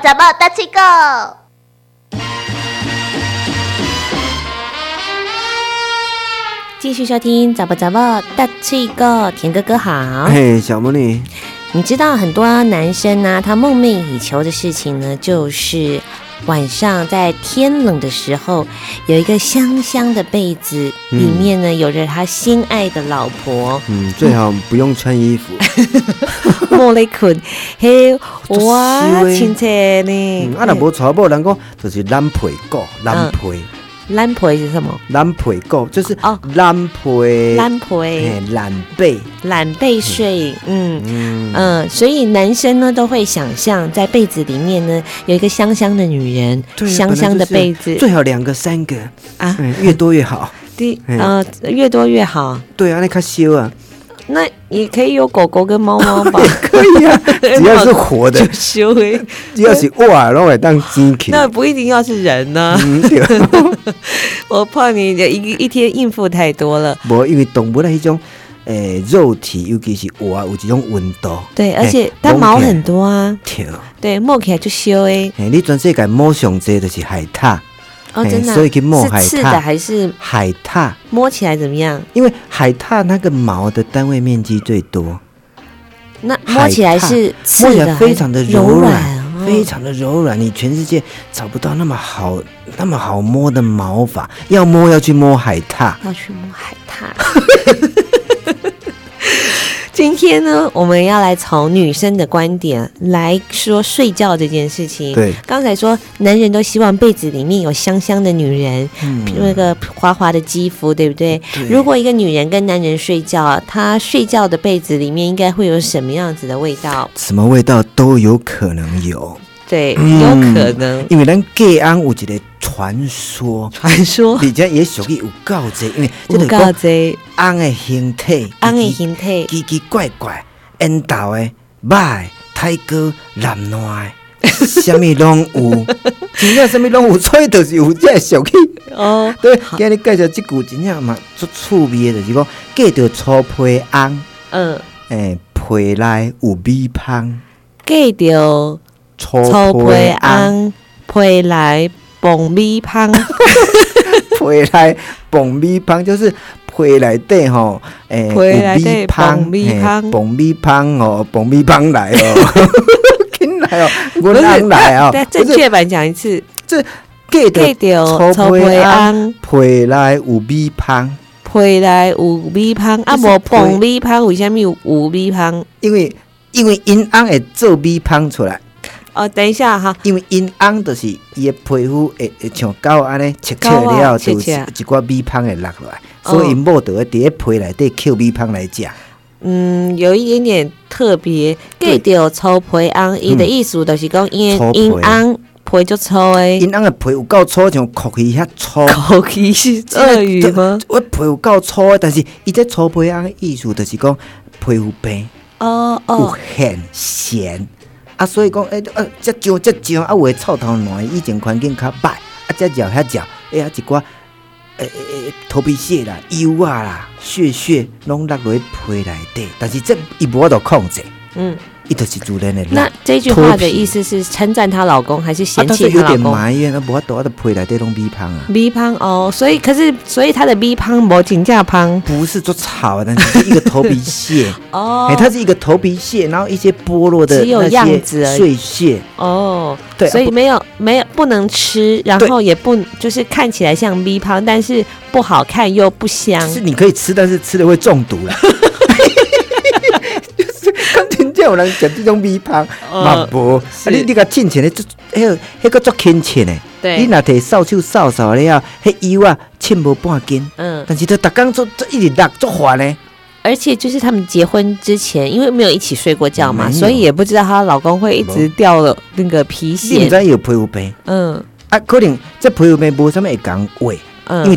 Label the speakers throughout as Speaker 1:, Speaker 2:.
Speaker 1: 怎么大气 go？
Speaker 2: 继续收听早不早不大气哥田哥哥好。
Speaker 3: 嘿，小魔女，
Speaker 2: 你知道很多男生呢、他梦寐以求的事情呢，就是晚上在天冷的时候，有一个香香的被子，
Speaker 3: 嗯
Speaker 2: 里面呢有着他心爱的老婆
Speaker 3: 嗯，最好不用穿 衣服。嗯
Speaker 2: 莫雷 坤。嘿，哇，
Speaker 3: 欸
Speaker 2: 亲切
Speaker 3: 嗯
Speaker 2: 呢！
Speaker 3: 啊，若无娶某，人讲就是懒皮狗，
Speaker 2: 嗯
Speaker 3: 懒皮，
Speaker 2: 懒婆是什么？
Speaker 3: 懒皮狗就是
Speaker 2: 哦
Speaker 3: 懒皮，
Speaker 2: 懒婆，
Speaker 3: 嘿，懒背。
Speaker 2: 懒被睡，嗯。
Speaker 3: 嗯，
Speaker 2: 嗯，所以男生呢都会想象在被子里面呢有一个香香的女人，
Speaker 3: 对啊
Speaker 2: 香香的被
Speaker 3: 本来就是
Speaker 2: 子
Speaker 3: 最好两个三个，
Speaker 2: 啊，
Speaker 3: 嗯，越多越好。
Speaker 2: 第
Speaker 3: 嘿
Speaker 2: 呃越多越好。
Speaker 3: 对啊，那较 修啊，
Speaker 2: 那也可以有狗狗跟猫猫吧，
Speaker 3: 可以啊， 只要是活 的
Speaker 2: 就，修为，
Speaker 3: 只要是哇，拢会当金钱。
Speaker 2: 那不一定要是人呢、
Speaker 3: 嗯，对，
Speaker 2: 我怕你一一天应付太多了。
Speaker 3: 无因为动物的迄种诶肉体，尤其是活有一种温度。
Speaker 2: 对，而且
Speaker 3: 嘿
Speaker 2: 它毛
Speaker 3: 摸起来
Speaker 2: 很多啊，
Speaker 3: 对，
Speaker 2: 对，摸起来就修诶。
Speaker 3: 嘿，你全世界摸上济就是海獭，
Speaker 2: 哦，
Speaker 3: 嘿
Speaker 2: 真的啊、
Speaker 3: 所以可以摸海
Speaker 2: 是刺
Speaker 3: 獭
Speaker 2: 的还是
Speaker 3: 海獭，
Speaker 2: 摸起来怎么样？
Speaker 3: 因为海獭那个毛的单位面积最多，
Speaker 2: 那摸起来是
Speaker 3: 摸
Speaker 2: 刺
Speaker 3: 起
Speaker 2: 的还
Speaker 3: 来
Speaker 2: 是
Speaker 3: 非常的
Speaker 2: 柔
Speaker 3: 柔
Speaker 2: 哦
Speaker 3: 软，非常的柔软，你全世界找不到那么好、那么好摸的毛发，要摸要去摸海獭。
Speaker 2: 要去摸海獭。 今天呢，我们要来从女生的观点来说睡觉这件事情。
Speaker 3: 对，
Speaker 2: 刚才说男人都希望被子里面有香香的女人，
Speaker 3: 嗯
Speaker 2: 那个滑滑的肌肤，对不对？如果一个女人跟男人睡觉，她睡觉的被子里面应该会有什么样子的味道？
Speaker 3: 什么味道都有可能有，
Speaker 2: 对，
Speaker 3: 嗯
Speaker 2: 有可能
Speaker 3: 因为咱隔安有一个传说，
Speaker 2: 传 说
Speaker 3: 而且也属于有够侪，因为这
Speaker 2: 哦有
Speaker 3: 就
Speaker 2: 告
Speaker 3: 讲
Speaker 2: 贼
Speaker 3: 翁的形体，
Speaker 2: 安的形态，
Speaker 3: 奇奇怪怪，缘投的、歹的、泰哥、南烂的，什么拢有，真正什么拢有，所以就是有这个俗气。
Speaker 2: 哦，
Speaker 3: 对，今日介绍这句真正嘛足趣味的，就是讲嫁到粗皮翁，
Speaker 2: 嗯
Speaker 3: 诶、皮内有米香，
Speaker 2: ，gay 掉。
Speaker 3: 粗
Speaker 2: 臭
Speaker 3: 皮
Speaker 2: 皮
Speaker 3: 翁
Speaker 2: 翁皮来蹦米 香，
Speaker 3: 皮内蹦米香，就是皮内底吼，诶、
Speaker 2: 皮内底
Speaker 3: 有香，
Speaker 2: 蹦米香
Speaker 3: 嘿蹦米香哦，蹦米香来 哦，紧来哦，
Speaker 2: 不是
Speaker 3: 阮翁来 哦，
Speaker 2: 但
Speaker 3: 不
Speaker 2: 正
Speaker 3: 是
Speaker 2: 确版讲一次
Speaker 3: 这 gay
Speaker 2: ，gay 掉臭皮翁
Speaker 3: 皮内有米香，
Speaker 2: 皮来有米香，啊
Speaker 3: 就是
Speaker 2: 无
Speaker 3: 皮
Speaker 2: 蹦米香，为什么有有米香？
Speaker 3: 因为因为因翁会做米香出来，
Speaker 2: 哦，等一下哈，
Speaker 3: 因为因翁就是伊的皮肤会会像狗安尼切切
Speaker 2: 狗啊
Speaker 3: 了，
Speaker 2: 切
Speaker 3: 就有
Speaker 2: 切哦
Speaker 3: 一寡米香会落落来，所以因某就会伫咧皮内底捡米香来食。
Speaker 2: 嗯，有一点点特别
Speaker 3: 对嗯
Speaker 2: ，gay 掉臭皮翁，伊的意思就是讲，因
Speaker 3: 臭
Speaker 2: 为
Speaker 3: 皮
Speaker 2: 因翁皮就臭诶，
Speaker 3: 因翁的皮有够粗，像壳鱼遐粗。
Speaker 2: 口气 是
Speaker 3: 呃
Speaker 2: 鳄鱼吗？
Speaker 3: 我皮有够粗的，但是伊这粗皮翁的意思就是讲皮肤病。
Speaker 2: 哦
Speaker 3: 有
Speaker 2: 哦，
Speaker 3: 很咸啊，所以讲，哎、啊，遮上遮上啊，有的臭头烂，以前环境较歹，啊，遮嚼遐嚼，哎啊，一寡，诶诶诶，头皮屑啦、油啊啦、屑屑，拢落落去皮内底，但是这伊无法度控制，
Speaker 2: 嗯，
Speaker 3: 伊就是自然的落。
Speaker 2: 那这句
Speaker 3: 脱
Speaker 2: 话
Speaker 3: 皮
Speaker 2: 的意思是称赞她老公还是
Speaker 3: 啊
Speaker 2: 嫌
Speaker 3: 但
Speaker 2: 弃
Speaker 3: 是
Speaker 2: 她
Speaker 3: 有
Speaker 2: 老
Speaker 3: 点
Speaker 2: 公？
Speaker 3: 埋怨，啊，无法度啊，就皮内底拢米芳啊，
Speaker 2: 米胖哦，所以可是所以他的米胖没真正胖
Speaker 3: 不是做草，啊但是是一个头 皮屑，
Speaker 2: 哦
Speaker 3: 哎、它是一个头皮屑，然后一些剥落的
Speaker 2: 只有
Speaker 3: 那
Speaker 2: 样
Speaker 3: 些
Speaker 2: 子而已
Speaker 3: 碎屑，
Speaker 2: 哦，
Speaker 3: 对啊
Speaker 2: 所以没有没有不能吃，然后也不就是看起来像米胖，但是不好看又不香
Speaker 3: 就是你可以吃，但是吃了会中毒啦。 就是看真正有人食这种米香，
Speaker 2: 呃
Speaker 3: 嘛无、啊
Speaker 2: 是
Speaker 3: 你你甲浸浸的，就迄个迄个足清澈的。
Speaker 2: 对
Speaker 3: 你若摕扫帚扫扫了，迄油啊浸无半斤，
Speaker 2: 嗯，
Speaker 3: 但是都逐工做做一直落做烦呢。
Speaker 2: 而且就是他们结婚之前，因为没有一起睡过觉嘛，
Speaker 3: 没有
Speaker 2: 所以也不知道她老公会一直掉了那个皮
Speaker 3: 你毋
Speaker 2: 屑。
Speaker 3: 知伊有皮肤病
Speaker 2: 嗯
Speaker 3: 啊？可能这皮肤病无啥物会讲话，因为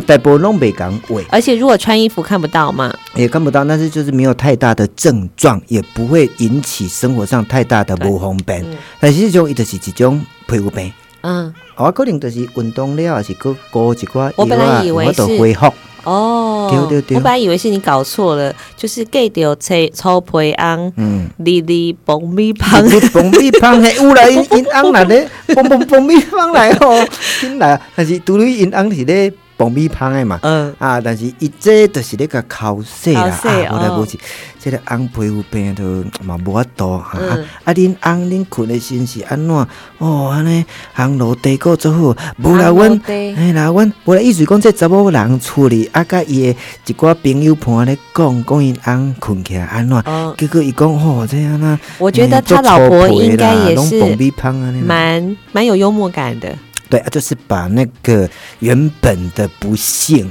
Speaker 2: 嗯，
Speaker 3: 大部分拢袂讲话，
Speaker 2: 而且如果穿衣服看不到嘛，
Speaker 3: 也看不到，但是就是没有太大的症状，也不会引起生活上太大的不方便。
Speaker 2: 嗯
Speaker 3: 但是这种伊就是一种皮肤病。
Speaker 2: 嗯，
Speaker 3: 我可能就是运动了，还是佫高一寡
Speaker 2: 我本来
Speaker 3: 药啊
Speaker 2: 以为
Speaker 3: 我就是恢复，
Speaker 2: 哦，
Speaker 3: 对对对
Speaker 2: 我本来以为是你搞错了，就是给掉车臭培安，
Speaker 3: 嗯，
Speaker 2: 哩哩蹦咪胖，
Speaker 3: 你蹦米芳嘿，有啦，因因翁来咧，蹦蹦蹦米芳来吼，真来，啊但是拄你因翁是咧蹦米芳的嘛，
Speaker 2: 嗯，
Speaker 3: 啊，但是伊这就是咧甲口水啦，
Speaker 2: 口水
Speaker 3: 啊，无来
Speaker 2: 哦
Speaker 3: 无是，即个翁皮肤病都嘛无法度哈，啊
Speaker 2: 嗯
Speaker 3: 啊，恁翁恁困的身是安怎？哦，安尼翁落地果做好，无啦，阮
Speaker 2: 红。楼
Speaker 3: 哎啦，阮无啦，意思讲这查某人厝里啊，甲伊的一寡朋友伴咧讲，讲因翁困起来安怎？
Speaker 2: 哦，
Speaker 3: 结果伊讲吼，这样啊，
Speaker 2: 我觉得他老婆应该也
Speaker 3: 拢蹦
Speaker 2: 是
Speaker 3: 鼻胖啊，那种
Speaker 2: 蛮蛮有幽默感的，
Speaker 3: 对啊，就是把那个原本的不幸，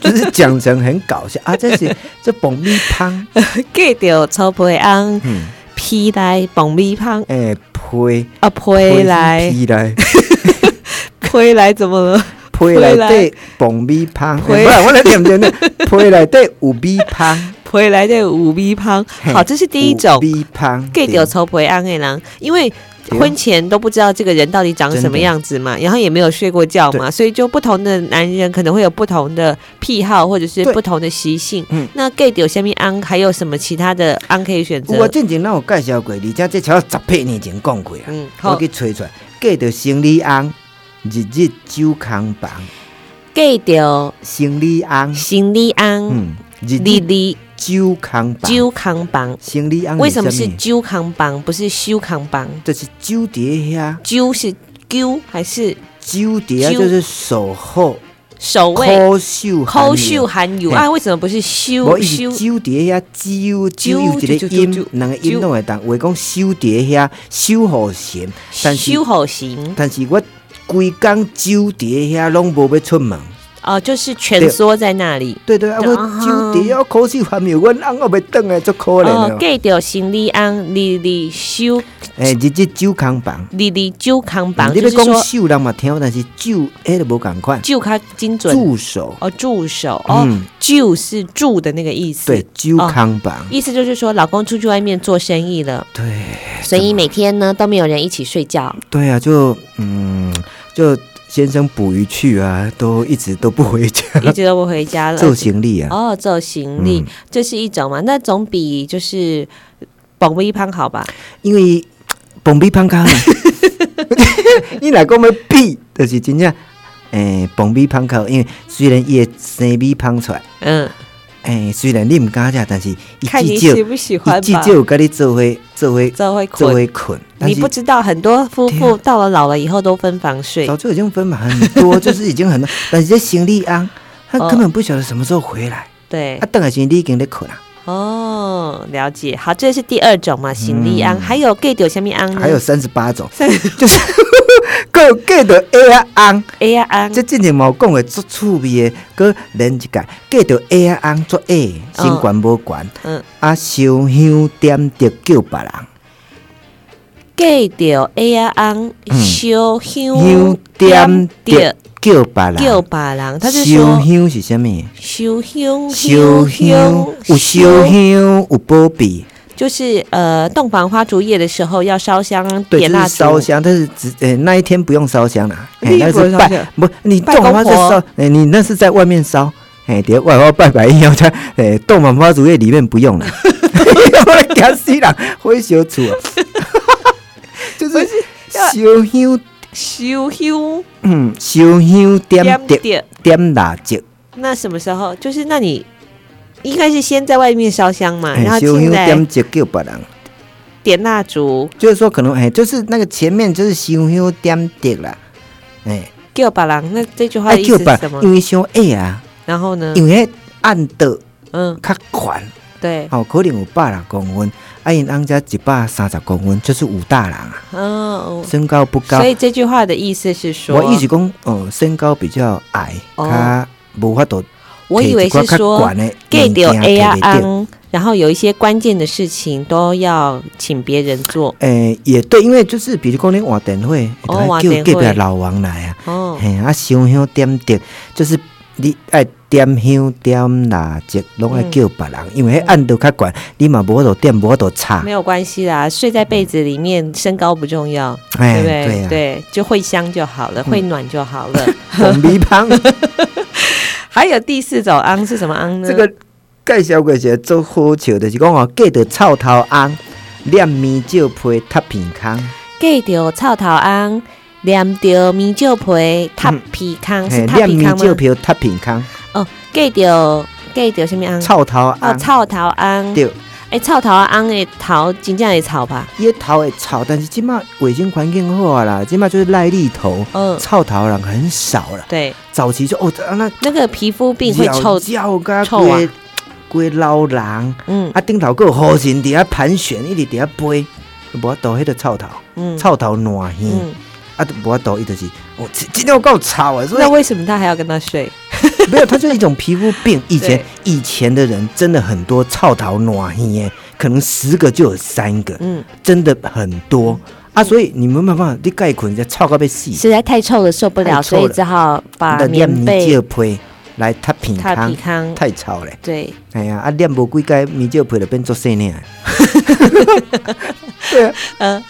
Speaker 3: 就是讲成很搞笑啊，这是这蹦鼻胖，
Speaker 2: 给掉臭培安，
Speaker 3: 嗯，
Speaker 2: 披来蹦咪胖，
Speaker 3: 哎、呸，
Speaker 2: 啊
Speaker 3: 呸
Speaker 2: 呸
Speaker 3: 是
Speaker 2: 来
Speaker 3: 呸来，
Speaker 2: 呸来怎么了？
Speaker 3: 呸
Speaker 2: 呸
Speaker 3: 来
Speaker 2: 来
Speaker 3: 对蹦鼻胖，哎不
Speaker 2: 呸
Speaker 3: 然我来点点点，呸来对五鼻胖，
Speaker 2: 回来的五米胖，
Speaker 3: 嘿
Speaker 2: 好，这是 第一
Speaker 3: 五
Speaker 2: 种
Speaker 3: 鼻胖，
Speaker 2: gay 掉筹培安内郎，嗯因为
Speaker 3: 对
Speaker 2: 婚前都不知道这个人到底长什么样子嘛，然后也没有睡过觉嘛，所以就不同的男人可能会有不同的癖好或者是
Speaker 3: 对
Speaker 2: 不同的习性
Speaker 3: 嗯。
Speaker 2: 那 gay 掉下面安还有什么其他的安可以选
Speaker 3: 有啊，
Speaker 2: 择？
Speaker 3: 之前咱有介绍过，而且这超十八年前讲过啊，
Speaker 2: 嗯，
Speaker 3: 我
Speaker 2: 好
Speaker 3: 去找出来，嫁到生理翁，日日酒空房，
Speaker 2: ，gay 掉
Speaker 3: 生理翁，
Speaker 2: 行李安，
Speaker 3: 嗯，日
Speaker 2: 李
Speaker 3: 日
Speaker 2: 李
Speaker 3: 酒空房，
Speaker 2: 揪康帮，
Speaker 3: 生理翁
Speaker 2: 为什么是
Speaker 3: 啥物
Speaker 2: 揪康帮不是修康帮？
Speaker 3: 就是酒蝶遐，
Speaker 2: 揪是揪还是
Speaker 3: 酒蝶
Speaker 2: 酒
Speaker 3: 就是守候，
Speaker 2: 守卫？
Speaker 3: 抠秀，
Speaker 2: 抠秀，含有
Speaker 3: 嘿
Speaker 2: 啊？为什么不是修
Speaker 3: 无
Speaker 2: 修
Speaker 3: 伊？酒蝶遐，酒酒有一个
Speaker 2: 酒酒酒
Speaker 3: 音
Speaker 2: 酒，
Speaker 3: 两个音拢会当，话讲酒蝶遐，守候神，但是
Speaker 2: 修好型
Speaker 3: 但是我规工酒蝶遐拢无要出门。
Speaker 2: 哦，就是蜷缩在那里。
Speaker 3: 对对啊，
Speaker 2: 对
Speaker 3: 我
Speaker 2: 啊
Speaker 3: 酒店我考试还没有，阮翁我袂转来，足可怜
Speaker 2: 哦
Speaker 3: 哦。
Speaker 2: ，gay 掉行李安，里里修，
Speaker 3: 诶，日日酒空房，
Speaker 2: 里里揪康绑，
Speaker 3: 你
Speaker 2: 就
Speaker 3: 要
Speaker 2: 是说
Speaker 3: 讲手人嘛听有，但是酒迄个无共款。
Speaker 2: 就它精准
Speaker 3: 助手，
Speaker 2: 哦，助手哦
Speaker 3: 嗯，
Speaker 2: 就、是住的那个意思。
Speaker 3: 对，酒空房，
Speaker 2: 意思就是说，老公出去外面做生意了，
Speaker 3: 对
Speaker 2: 所以每天呢都没有人一起睡觉。
Speaker 3: 对啊，就嗯，就先生捕鱼去啊，都一直都不回 家，
Speaker 2: 一直都不回家了。
Speaker 3: 做行李啊。
Speaker 2: 哦，做行李、
Speaker 3: 嗯
Speaker 2: 这是一种嘛，那总比就是绑不一胖好吧？
Speaker 3: 因为蹦比胖康， 你若讲要比，就是真正诶蹦比胖康，因为虽然伊会生米胖出来。
Speaker 2: 嗯，
Speaker 3: 诶、虽然你毋敢食，但是伊
Speaker 2: 看你
Speaker 3: 至少
Speaker 2: 喜不喜欢
Speaker 3: 伊至
Speaker 2: 吧
Speaker 3: 少。有甲你做伙做伙
Speaker 2: 这会
Speaker 3: 做
Speaker 2: 困。
Speaker 3: 伙困，但
Speaker 2: 你
Speaker 3: 是
Speaker 2: 不知道，很多夫
Speaker 3: 对啊
Speaker 2: 妇到了老了以后都分房睡
Speaker 3: 早，就已经分满很多，就是已经很多，但是这行李安 他
Speaker 2: 哦
Speaker 3: 根本不晓得什么时候回来，
Speaker 2: 对
Speaker 3: 啊，，等下时你已经在困啊，
Speaker 2: 哦，了解。好，这是第二种嘛，行李安，
Speaker 3: 嗯
Speaker 2: 还有 gay 丢下面安呢，
Speaker 3: 还有三十八种，就是 各各的 air 安，
Speaker 2: air 啊安，
Speaker 3: 这之前嘛有讲的足趣味的，搁连一届各的 air 安啊做 A，
Speaker 2: 哦
Speaker 3: 先悬无悬，
Speaker 2: 嗯
Speaker 3: 啊，烧香点着叫别人，
Speaker 2: ，gay 丢 air 啊安，
Speaker 3: 嗯
Speaker 2: 修香
Speaker 3: 香点着
Speaker 2: 点
Speaker 3: 叫别
Speaker 2: 哦叫
Speaker 3: 人。
Speaker 2: 别人，他是
Speaker 3: 烧
Speaker 2: 说
Speaker 3: 香是啥物？
Speaker 2: 修香
Speaker 3: 烧香有烧香，有波比，
Speaker 2: 就是呃洞房花烛夜的时候要烧香
Speaker 3: 对，
Speaker 2: 点
Speaker 3: 就
Speaker 2: 蜡
Speaker 3: 是烧
Speaker 2: 烛，
Speaker 3: 香，但是只呃那一天不用烧香啦，
Speaker 2: 那
Speaker 3: 嘿
Speaker 2: 一
Speaker 3: 那
Speaker 2: 天不
Speaker 3: 是
Speaker 2: 用烧
Speaker 3: 拜
Speaker 2: 香
Speaker 3: 不，你
Speaker 2: 拜
Speaker 3: 洞房
Speaker 2: 公
Speaker 3: 花是
Speaker 2: 婆
Speaker 3: 烧，哎，你那是在外面烧。哎，别外花拜拜一样，在哎洞房花烛夜里面不 用了，我来讲死人，会烧厝啊，就是
Speaker 2: 要
Speaker 3: 烧香，
Speaker 2: 修香
Speaker 3: 嗯，烧香点
Speaker 2: 点
Speaker 3: 点
Speaker 2: 点。
Speaker 3: 点蜡烛，
Speaker 2: 那什么时候？就是那你应该是先在外面烧香嘛，
Speaker 3: 哎
Speaker 2: 啊然后
Speaker 3: 烧香
Speaker 2: 进来
Speaker 3: 点烛叫别人。
Speaker 2: 点蜡烛，
Speaker 3: 就是说可能哎，就是那个前面就是香香点点啦，哎，
Speaker 2: 叫把郎。那这句话
Speaker 3: 啊
Speaker 2: 的意思
Speaker 3: 叫
Speaker 2: 是
Speaker 3: 吧
Speaker 2: 什，么？
Speaker 3: 因为伤矮啊，
Speaker 2: 然后呢？
Speaker 3: 因为迄暗道
Speaker 2: 嗯，
Speaker 3: 较悬，
Speaker 2: 对，
Speaker 3: 吼、可能有百六公分，啊因翁才一百三十公分，就是武大人啊，
Speaker 2: 哦，
Speaker 3: 身高不高
Speaker 2: 所，以这句话的意思是说，
Speaker 3: 我一直讲哦、呃身高比较矮，
Speaker 2: 哦
Speaker 3: 较无法度，
Speaker 2: 我以为是说
Speaker 3: 悬的
Speaker 2: get 掉 A 啊
Speaker 3: 安。
Speaker 2: 安，然后有一些关键的事情都要请别人做。
Speaker 3: 诶、也对，因为就是比如讲你换电会，
Speaker 2: 哦
Speaker 3: 就要
Speaker 2: 换
Speaker 3: 叫
Speaker 2: 电
Speaker 3: 隔壁
Speaker 2: 话
Speaker 3: 老王来啊，
Speaker 2: 哦，
Speaker 3: 嘿，啊，烧香点烛，就是你爱点香点蜡烛，
Speaker 2: 嗯
Speaker 3: 拢爱叫别人，因为迄暗度较悬，你嘛无法度点，无法度插
Speaker 2: 没，有关系啦，睡在被子里面，身高不重要，对
Speaker 3: 哎，
Speaker 2: 不对？
Speaker 3: 对嗯 啊，
Speaker 2: 对，就会香就好了，会暖就好了。
Speaker 3: 红米芳，
Speaker 2: 还有第四种昂是什么昂呢？
Speaker 3: 这个介绍过是做好笑，就是讲哦，嫁着臭头翁，念面照皮踢鼻空，
Speaker 2: 盖着臭头昂，粘着米酒皮，塔皮康哦是
Speaker 3: 嗯嘿，
Speaker 2: 塔
Speaker 3: 念
Speaker 2: 皮
Speaker 3: 面
Speaker 2: 康
Speaker 3: 照
Speaker 2: 吗？
Speaker 3: 皮踢鼻空，
Speaker 2: 哦，盖着盖着什么昂？
Speaker 3: 臭头
Speaker 2: 哦，
Speaker 3: 翁，
Speaker 2: 臭头昂。
Speaker 3: 对，
Speaker 2: 哎，臭头昂的头真正会臭吧？
Speaker 3: 伊的头会臭，但是即马卫生环境好啊啦，即马就是癞痢头，
Speaker 2: 嗯，
Speaker 3: 臭头人很少了。
Speaker 2: 对，
Speaker 3: 早期就哦，啊那
Speaker 2: 那个皮肤病会臭，
Speaker 3: 叫甲
Speaker 2: 臭啊
Speaker 3: 规规老人，啊
Speaker 2: 嗯
Speaker 3: 顶头还有雨神伫遐盘旋，一直伫遐飞，无法度迄个臭头，
Speaker 2: 嗯
Speaker 3: 臭头烂耳。
Speaker 2: 嗯。
Speaker 3: 啊，就无法度伊就是，哦，这这有够吵啊！所
Speaker 2: 那
Speaker 3: 以
Speaker 2: 为什么他还要跟他睡？
Speaker 3: 没有，它就是一种皮肤病。以前以前的人真的很多臭头暖气耶，可能十个就有三个，
Speaker 2: 嗯，
Speaker 3: 真的很多啊！所以你没办法，你盖捆人家臭到被死，
Speaker 2: 实在太臭了，受不了，
Speaker 3: 嗯太臭
Speaker 2: 所
Speaker 3: 了
Speaker 2: 以只好把
Speaker 3: 那
Speaker 2: 啊棉
Speaker 3: 米
Speaker 2: 被
Speaker 3: 酒皮来擦鼻
Speaker 2: 踏皮
Speaker 3: 康，
Speaker 2: 康。
Speaker 3: 太臭了。
Speaker 2: 对，
Speaker 3: 哎呀，啊，念无几解米酒皮就变作啊细领的。
Speaker 2: 嗯，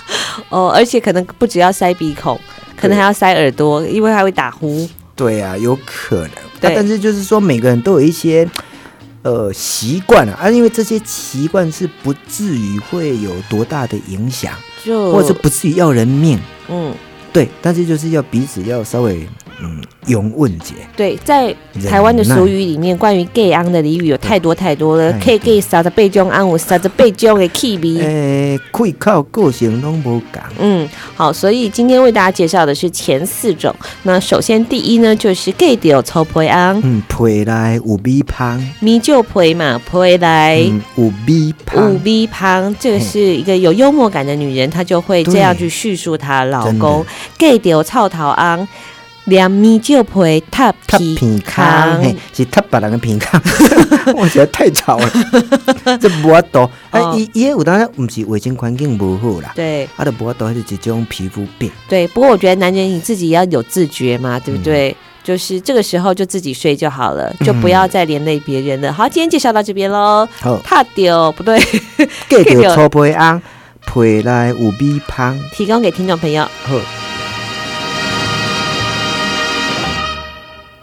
Speaker 2: 哦，而且可能不只要塞鼻孔，
Speaker 3: 嗯
Speaker 2: 可能还要塞耳朵，因为它会打呼。
Speaker 3: 对啊，有可能。
Speaker 2: 对
Speaker 3: 啊但是就是说，每个人都有一些呃习惯啊，啊，因为这些习惯是不至于会有多大的影响，
Speaker 2: 就
Speaker 3: 或者是不至于要人命。
Speaker 2: 嗯，
Speaker 3: 对，但是就是要彼此要稍微嗯勇问解，
Speaker 2: 对，在
Speaker 3: 忍
Speaker 2: 台湾的
Speaker 3: 耐
Speaker 2: 俗语里面，关于 gay 昂的俚语有太多太多了
Speaker 3: 哎
Speaker 2: ，K gay 啥子背中昂，我啥子背中的 K 鼻。
Speaker 3: 诶，呃开口个性拢无共。
Speaker 2: 嗯，好，所以今天为大家介绍的是前四种。那首先第一呢，就是 gay 有臭皮昂，
Speaker 3: 嗯，皮来有米芳，
Speaker 2: 米就皮嘛，皮来。
Speaker 3: 嗯，有米
Speaker 2: 五
Speaker 3: 芳，
Speaker 2: V 旁，这个是一个有幽默感的女人，她就会这样去叙述她老公 gay 掉臭头昂，两米就陪踏皮
Speaker 3: 踢鼻
Speaker 2: 康
Speaker 3: 康，。嘿，是踢别人的鼻康， 我觉得太吵 了，这无法度。啊
Speaker 2: 哦，
Speaker 3: 伊伊有当然毋是卫生环境无好啦，
Speaker 2: 对
Speaker 3: 啊，就无法度，迄是一种皮肤病。
Speaker 2: 对，不过我觉得男人你自己要有自觉嘛，对不
Speaker 3: 嗯
Speaker 2: 对？就是这个时候就自己睡就好了，就不要再连累别人了。好，今天介绍到这边喽。
Speaker 3: 好，
Speaker 2: 踏丢不 对，
Speaker 3: 嫁
Speaker 2: 嫁
Speaker 3: 着
Speaker 2: 到
Speaker 3: 粗皮翁，皮来有米芳，
Speaker 2: 提供给听众朋友。
Speaker 3: 好，